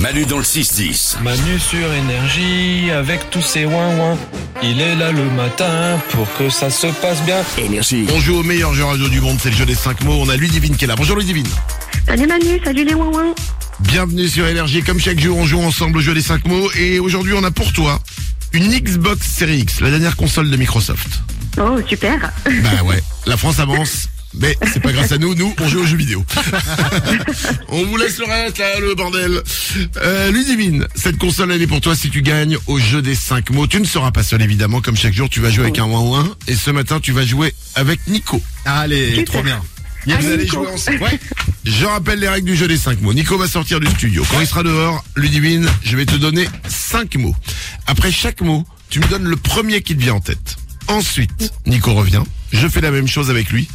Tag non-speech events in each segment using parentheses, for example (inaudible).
Manu dans le 6-10. Manu sur énergie avec tous ses ouin-ouin. Il est là le matin pour que ça se passe bien. Énergie. On joue au meilleur jeu radio du monde, c'est le jeu des 5 mots. On a Ludivine qui est là. Bonjour Ludivine. Salut Manu, salut les ouin Bienvenue sur Énergie. Comme chaque jour, on joue ensemble au jeu des 5 mots. Et aujourd'hui, on a pour toi une Xbox Series X, la dernière console de Microsoft. Oh, super. Bah ouais, la France avance. Mais c'est pas grâce à nous, nous on joue aux jeux (laughs) vidéo. on vous laisse le reste là, le bordel. Euh, Ludivine, cette console elle est pour toi si tu gagnes au jeu des 5 mots. Tu ne seras pas seul évidemment, comme chaque jour tu vas jouer avec un ouin et ce matin tu vas jouer avec Nico. Oh. Ah, Allez, Super. trop bien. Allez, Nico. ensemble. Ouais. Je rappelle les règles du jeu des 5 mots. Nico va sortir du studio. Quand il sera dehors, Ludivine, je vais te donner 5 mots. Après chaque mot, tu me donnes le premier qui te vient en tête. Ensuite, Nico revient. Je fais la même chose avec lui.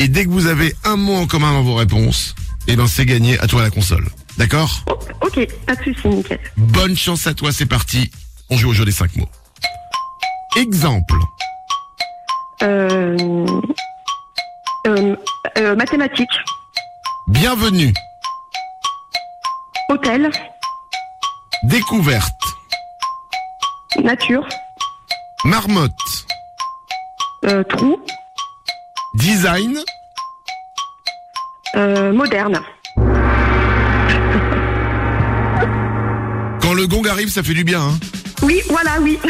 Et dès que vous avez un mot en commun dans vos réponses, eh ben c'est gagné à toi la console. D'accord Oh, ok, pas de soucis, nickel. Bonne chance à toi, c'est parti. On joue au jeu des 5 mots. Exemple. Euh, euh, euh, mathématiques, Bienvenue. hôtel, Découverte. nature, Marmotte. euh, trou, Design. euh, moderne. Quand le gong arrive, ça fait du bien. Hein Oui, voilà, oui. (laughs)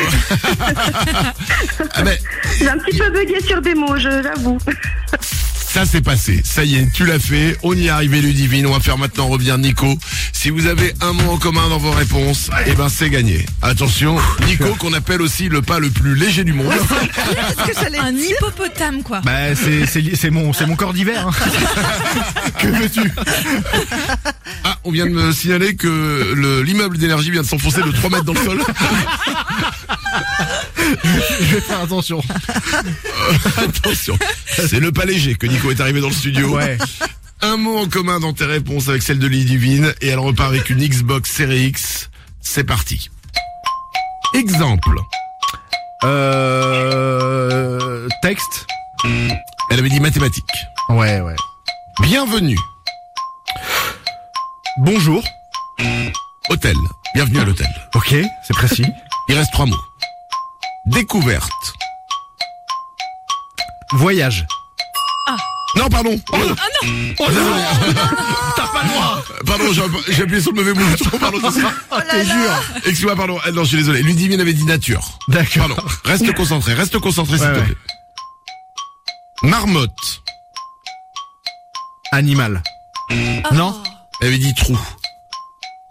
ah ben, J'ai un petit peu bugué sur des mots, je- j'avoue. Ça c'est passé, ça y est, tu l'as fait, on y est arrivé Ludivine, on va faire maintenant revenir Nico. Si vous avez un mot en commun dans vos réponses, eh ben c'est gagné. Attention, Nico qu'on appelle aussi le pas le plus léger du monde. Un hippopotame, quoi. Bah, c'est, c'est, li- c'est mon, c'est mon corps d'hiver. hein. que veux-tu Ah, on vient de me signaler que le- l'immeuble d'énergie vient de s'enfoncer de 3 mètres dans le sol. Je vais faire attention. Euh, Attention, c'est le pas léger que Nico est arrivé dans le studio. Ouais. Un mot en commun dans tes réponses avec celle de Ludivine et elle repart avec une Xbox Series X. C'est parti. Exemple. Euh, texte. Elle avait dit mathématiques. Ouais, ouais. Bienvenue. Bonjour. Hôtel. Bienvenue à l'hôtel. Ok, c'est précis. (laughs) Il reste trois mots. Découverte. Voyage. Non, pardon. Ah. Oh, non. T'as pas le droit. Pardon, j'ai- j'ai appuyé sur le mauvais (laughs) bouton. Pardon, c'est ça. Ah, t'es jure. Excuse-moi, pardon. Ah, Non, je suis désolé. Ludivine avait dit nature. D'accord. Pardon. Reste concentré. Reste concentré, s'il Ouais, te ouais. plaît. Marmotte. Animal. Non. Elle avait dit trou.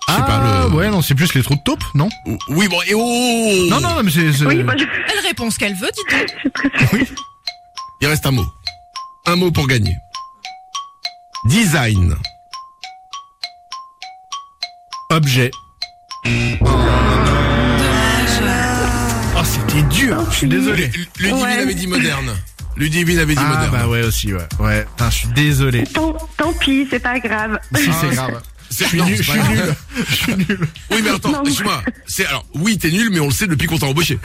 Je sais ah, pas le. ouais, non, c'est plus les trous de taupe, non Oui, bon, et oh. Non, non, non, mais c'est, c'est- Oui, moi, je, Elle répond ce qu'elle veut, dites donc. je préfère. Il reste un mot. Un mot pour gagner. Design. objet. Oh, c'était dur. Je suis désolé. Lu- Ludivine Ouais. avait dit moderne. Ludivine avait dit Ah, moderne. bah ouais, aussi, ouais. Ouais, putain, je suis désolé. (laughs) Tant, tant pis, c'est pas grave. Si, Ah, (laughs) c'est grave. C'est- non, nul, c'est pas je suis grave. nul. Je suis nul. Oui, mais attends, Non, mais- excuse-moi. C'est alors, oui, t'es nul, mais on le sait depuis qu'on t'a (laughs) embauché.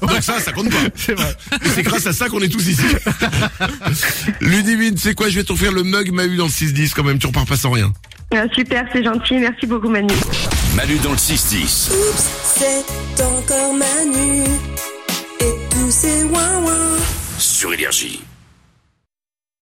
Donc, donc ça, ça compte pas. C'est vrai. Et c'est grâce à ça qu'on est tous (laughs) ici. Ludivine, c'est quoi Je vais t'offrir le mug Mahu dans le 6-10 quand même. Tu repars pas sans rien. Euh, super, c'est gentil, merci beaucoup Manu. Manu dans le 6-10. Oups, c'est encore Manu et tous ses ouin-ouin. Sur Énergie.